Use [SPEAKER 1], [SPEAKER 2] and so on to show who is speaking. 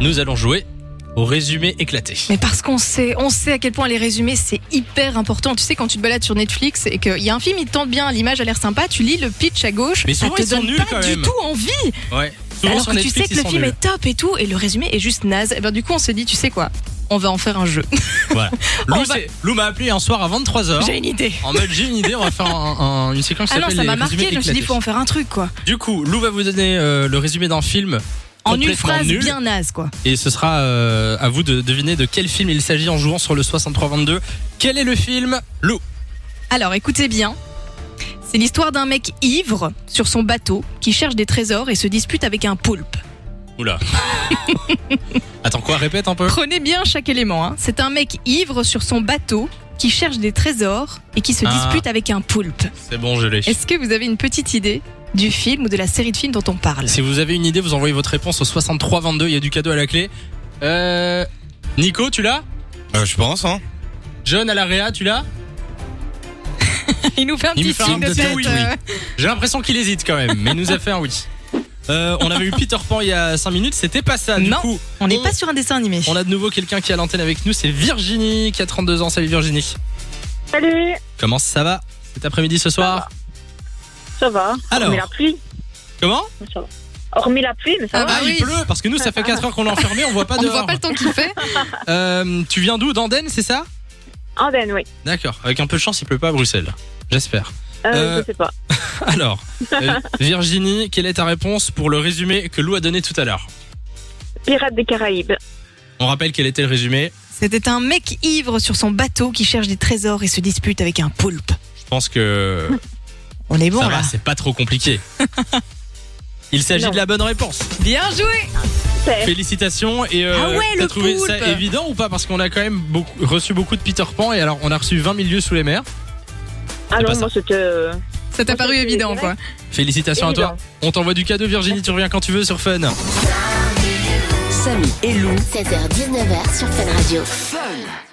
[SPEAKER 1] nous allons jouer au résumé éclaté.
[SPEAKER 2] Mais parce qu'on sait, on sait à quel point les résumés, c'est hyper important. Tu sais, quand tu te balades sur Netflix et qu'il y a un film, il te tente bien, l'image a l'air sympa, tu lis le pitch à gauche,
[SPEAKER 1] Mais
[SPEAKER 2] ça
[SPEAKER 1] souvent,
[SPEAKER 2] te
[SPEAKER 1] ils sont
[SPEAKER 2] donne
[SPEAKER 1] nuls,
[SPEAKER 2] pas
[SPEAKER 1] quand
[SPEAKER 2] du
[SPEAKER 1] même.
[SPEAKER 2] tout envie.
[SPEAKER 1] Ouais. Souvent,
[SPEAKER 2] Alors
[SPEAKER 1] sur
[SPEAKER 2] que tu
[SPEAKER 1] Netflix,
[SPEAKER 2] sais que
[SPEAKER 1] ils
[SPEAKER 2] le
[SPEAKER 1] sont
[SPEAKER 2] film
[SPEAKER 1] nuls.
[SPEAKER 2] est top et tout, et le résumé est juste naze. Et ben du coup, on se dit, tu sais quoi On va en faire un jeu.
[SPEAKER 1] Voilà.
[SPEAKER 2] On
[SPEAKER 1] Lou,
[SPEAKER 2] va-
[SPEAKER 1] c'est- Lou m'a appelé un soir à 23h.
[SPEAKER 2] J'ai une idée.
[SPEAKER 1] En mode j'ai une idée, on va faire un- un- une séquence qui
[SPEAKER 2] Ah non,
[SPEAKER 1] s'appelle
[SPEAKER 2] ça
[SPEAKER 1] les
[SPEAKER 2] m'a
[SPEAKER 1] résumés
[SPEAKER 2] marqué, je me suis dit,
[SPEAKER 1] éclatés.
[SPEAKER 2] faut en faire un truc, quoi.
[SPEAKER 1] Du coup, Lou va vous donner euh, le résumé d'un film
[SPEAKER 2] En une
[SPEAKER 1] complètement
[SPEAKER 2] phrase
[SPEAKER 1] nul.
[SPEAKER 2] bien naze, quoi.
[SPEAKER 1] et ce sera euh, à vous de deviner de quel film il s'agit en jouant sur le 6322. Quel est le film Lou.
[SPEAKER 2] Alors écoutez bien. C'est l'histoire d'un mec ivre sur son bateau qui cherche des trésors et se dispute avec un poulpe.
[SPEAKER 1] Oula. Attends quoi Répète un peu.
[SPEAKER 2] Prenez bien chaque élément. hein. C'est un mec ivre sur son bateau qui cherche des trésors et qui se
[SPEAKER 1] Ah.
[SPEAKER 2] dispute avec un poulpe.
[SPEAKER 1] C'est bon, je l'ai.
[SPEAKER 2] Est-ce que vous avez une petite idée du film ou de la série de films dont on parle
[SPEAKER 1] Si vous avez une idée, vous envoyez votre réponse au 6322. Il y a du cadeau à la clé. Euh, Nico, tu l'as
[SPEAKER 3] Euh, je pense, hein.
[SPEAKER 1] John à la réa, tu l'as
[SPEAKER 2] Il nous fait un
[SPEAKER 1] Il me
[SPEAKER 2] petit
[SPEAKER 1] fait un
[SPEAKER 2] signe de
[SPEAKER 1] petit
[SPEAKER 2] tête.
[SPEAKER 1] oui,
[SPEAKER 2] euh.
[SPEAKER 1] J'ai l'impression qu'il hésite quand même, mais il nous a fait un oui. Euh, on avait eu Peter Pan il y a 5 minutes, c'était pas ça. Du
[SPEAKER 2] Non,
[SPEAKER 1] coup,
[SPEAKER 2] On n'est pas sur un dessin animé.
[SPEAKER 1] on a de nouveau quelqu'un qui est à l'antenne avec nous, c'est Virginie qui a 32 ans. Salut Virginie.
[SPEAKER 4] Salut,
[SPEAKER 1] Comment ça va cet après-midi ce soir
[SPEAKER 4] ça va.
[SPEAKER 1] Alors.
[SPEAKER 4] Hormis la pluie,
[SPEAKER 1] Comment
[SPEAKER 4] mais ça va. Hormis la pluie, mais ça
[SPEAKER 2] Ah
[SPEAKER 4] va.
[SPEAKER 2] bah oui.
[SPEAKER 1] il pleut parce que nous ça fait 4 heures qu'on est enfermé, on voit pas
[SPEAKER 2] On ne
[SPEAKER 1] dehors.
[SPEAKER 2] voit pas le temps qu'il fait.
[SPEAKER 1] Euh, tu viens d'où D'Andenne, c'est ça Ah.
[SPEAKER 4] Andenne, oui.
[SPEAKER 1] D'accord. Avec un peu de chance, il pleut pas à Bruxelles. J'espère.
[SPEAKER 4] Euh,
[SPEAKER 1] Euh,
[SPEAKER 4] Je sais pas.
[SPEAKER 1] Alors, euh, Virginie, quelle est ta réponse pour le résumé que Lou a donné tout à l'heure
[SPEAKER 4] Pirates des Caraïbes.
[SPEAKER 1] On rappelle quel était le résumé.
[SPEAKER 2] C'était un mec ivre sur son bateau qui cherche des trésors et se dispute avec un poulpe.
[SPEAKER 1] Je pense que
[SPEAKER 2] On est bon
[SPEAKER 1] ça
[SPEAKER 2] là.
[SPEAKER 1] va, c'est pas trop compliqué. Il s'agit
[SPEAKER 4] Non.
[SPEAKER 1] de la bonne réponse.
[SPEAKER 2] Bien joué.
[SPEAKER 4] C'est
[SPEAKER 1] Félicitations et euh,
[SPEAKER 2] Eh. Ah ouais,
[SPEAKER 1] t'as
[SPEAKER 2] le
[SPEAKER 1] trouvé ça
[SPEAKER 2] poulpe.
[SPEAKER 1] évident ou pas Parce qu'on a quand même beaucoup- reçu beaucoup de Peter Pan et alors on a reçu 20 milieux sous les mers.
[SPEAKER 4] Ah
[SPEAKER 1] pas
[SPEAKER 4] non,
[SPEAKER 1] ça.
[SPEAKER 4] moi c'était. euh,
[SPEAKER 2] Ça t'a paru évident quoi.
[SPEAKER 1] Félicitations à
[SPEAKER 4] évident.
[SPEAKER 1] toi. On t'envoie du cadeau Virginie, tu reviens quand tu veux sur Fun.
[SPEAKER 5] Samy et Lou
[SPEAKER 6] 16h-19h sur Fun Radio.